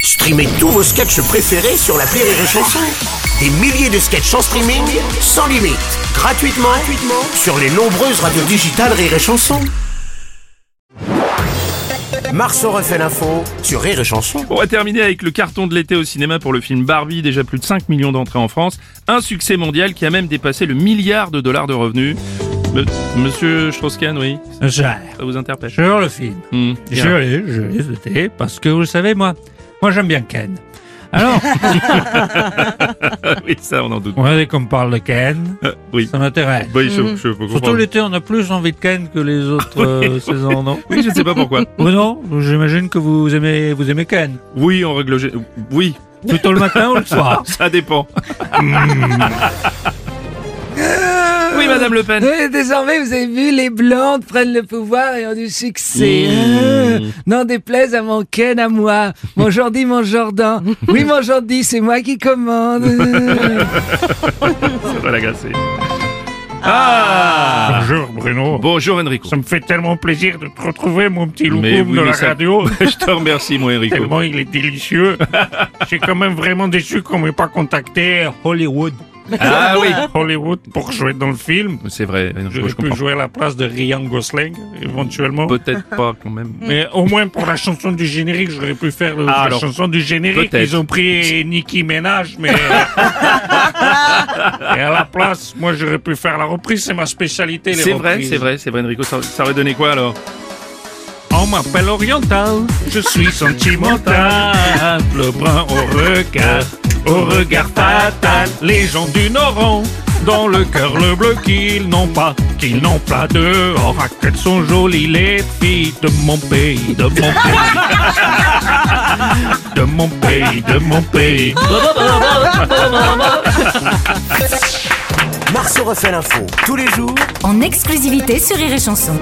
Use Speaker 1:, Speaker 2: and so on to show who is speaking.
Speaker 1: Streamez tous vos sketchs préférés sur la Rire et Chanson. Des milliers de sketchs en streaming, sans limite, gratuitement, gratuitement sur les nombreuses radios digitales Rire et Chanson. Marceau refait l'info sur Rire et Chanson.
Speaker 2: On va terminer avec le carton de l'été au cinéma pour le film Barbie, déjà plus de 5 millions d'entrées en France, un succès mondial qui a même dépassé le milliard de dollars de revenus. Me- Monsieur Strauss-Kahn, oui,
Speaker 3: Gère.
Speaker 2: ça vous interpelle
Speaker 3: Sur le film.
Speaker 2: Hmm,
Speaker 3: Je
Speaker 2: bien.
Speaker 3: l'ai, je l'ai voté parce que vous savez, moi, moi j'aime bien Ken. Alors,
Speaker 2: Ah oui, ça, on en doute.
Speaker 3: on a dit qu'on parle de Ken,
Speaker 2: Euh, oui.
Speaker 3: ça m'intéresse.
Speaker 2: Oui, je, je, peux
Speaker 3: Surtout
Speaker 2: comprendre.
Speaker 3: l'été, on a plus envie de Ken que les autres euh, saisons, non
Speaker 2: Oui, je ne sais pas pourquoi.
Speaker 3: Bruno, j'imagine que vous aimez, vous aimez Ken.
Speaker 2: Oui, en règle gé- Oui,
Speaker 3: Plutôt le matin ou le soir
Speaker 2: ça dépend.
Speaker 3: Hmm.
Speaker 2: oui, Madame Le
Speaker 3: Euh.
Speaker 2: Pen.
Speaker 4: Oui, désormais, vous avez vu, les blondes prennent le pouvoir et ont du succès. Euh, N'en déplaise à mon Ken, à moi. Mon Jordi, mon Jordan. Oui, mon Jordi, c'est moi qui commande. Euh.
Speaker 2: Ça va l'agacer. Ah
Speaker 3: Bonjour Bruno,
Speaker 2: Bonjour Enrico.
Speaker 3: me fait tellement plaisir de te retrouver mon petit
Speaker 2: Mais oui, mais ça- Je te remercie, moi, Enrico.
Speaker 3: il est délicieux. J'ai quand même vraiment déçu qu'on m'ait pas contacté à Hollywood.
Speaker 2: Ah oui
Speaker 3: Hollywood pour jouer dans le film.
Speaker 2: C'est vrai, Enrico,
Speaker 3: J'aurais
Speaker 2: je
Speaker 3: pu
Speaker 2: comprends.
Speaker 3: jouer à la place de Ryan Gosling, éventuellement.
Speaker 2: Peut-être pas, quand même.
Speaker 3: Mais au moins pour la chanson du générique, j'aurais pu faire le-
Speaker 2: Ah,
Speaker 3: la
Speaker 2: alors,
Speaker 3: chanson du générique.
Speaker 2: peut-être.
Speaker 3: Ils ont pris Nicki Ménage, mais. Et à la place, moi j'aurais pu faire la reprise, c'est ma spécialité. les
Speaker 2: C'est vrai,
Speaker 3: reprises.
Speaker 2: c'est vrai, c'est vrai, Enrico. Ça, ça aurait donné quoi, alors
Speaker 3: On m'appelle Oriental, je suis sentimental. Le brun au regard, au regard fatal. Les gens du Nord ont dans le cœur le bleu qu'ils n'ont pas, qu'ils n'ont pas dehors. Ah, qu'elles sont jolies les filles de mon pays, de mon pays. De mon pays, de mon pays.
Speaker 1: Marceau refait l'info tous les jours
Speaker 5: en exclusivité sur Rire et Chanson.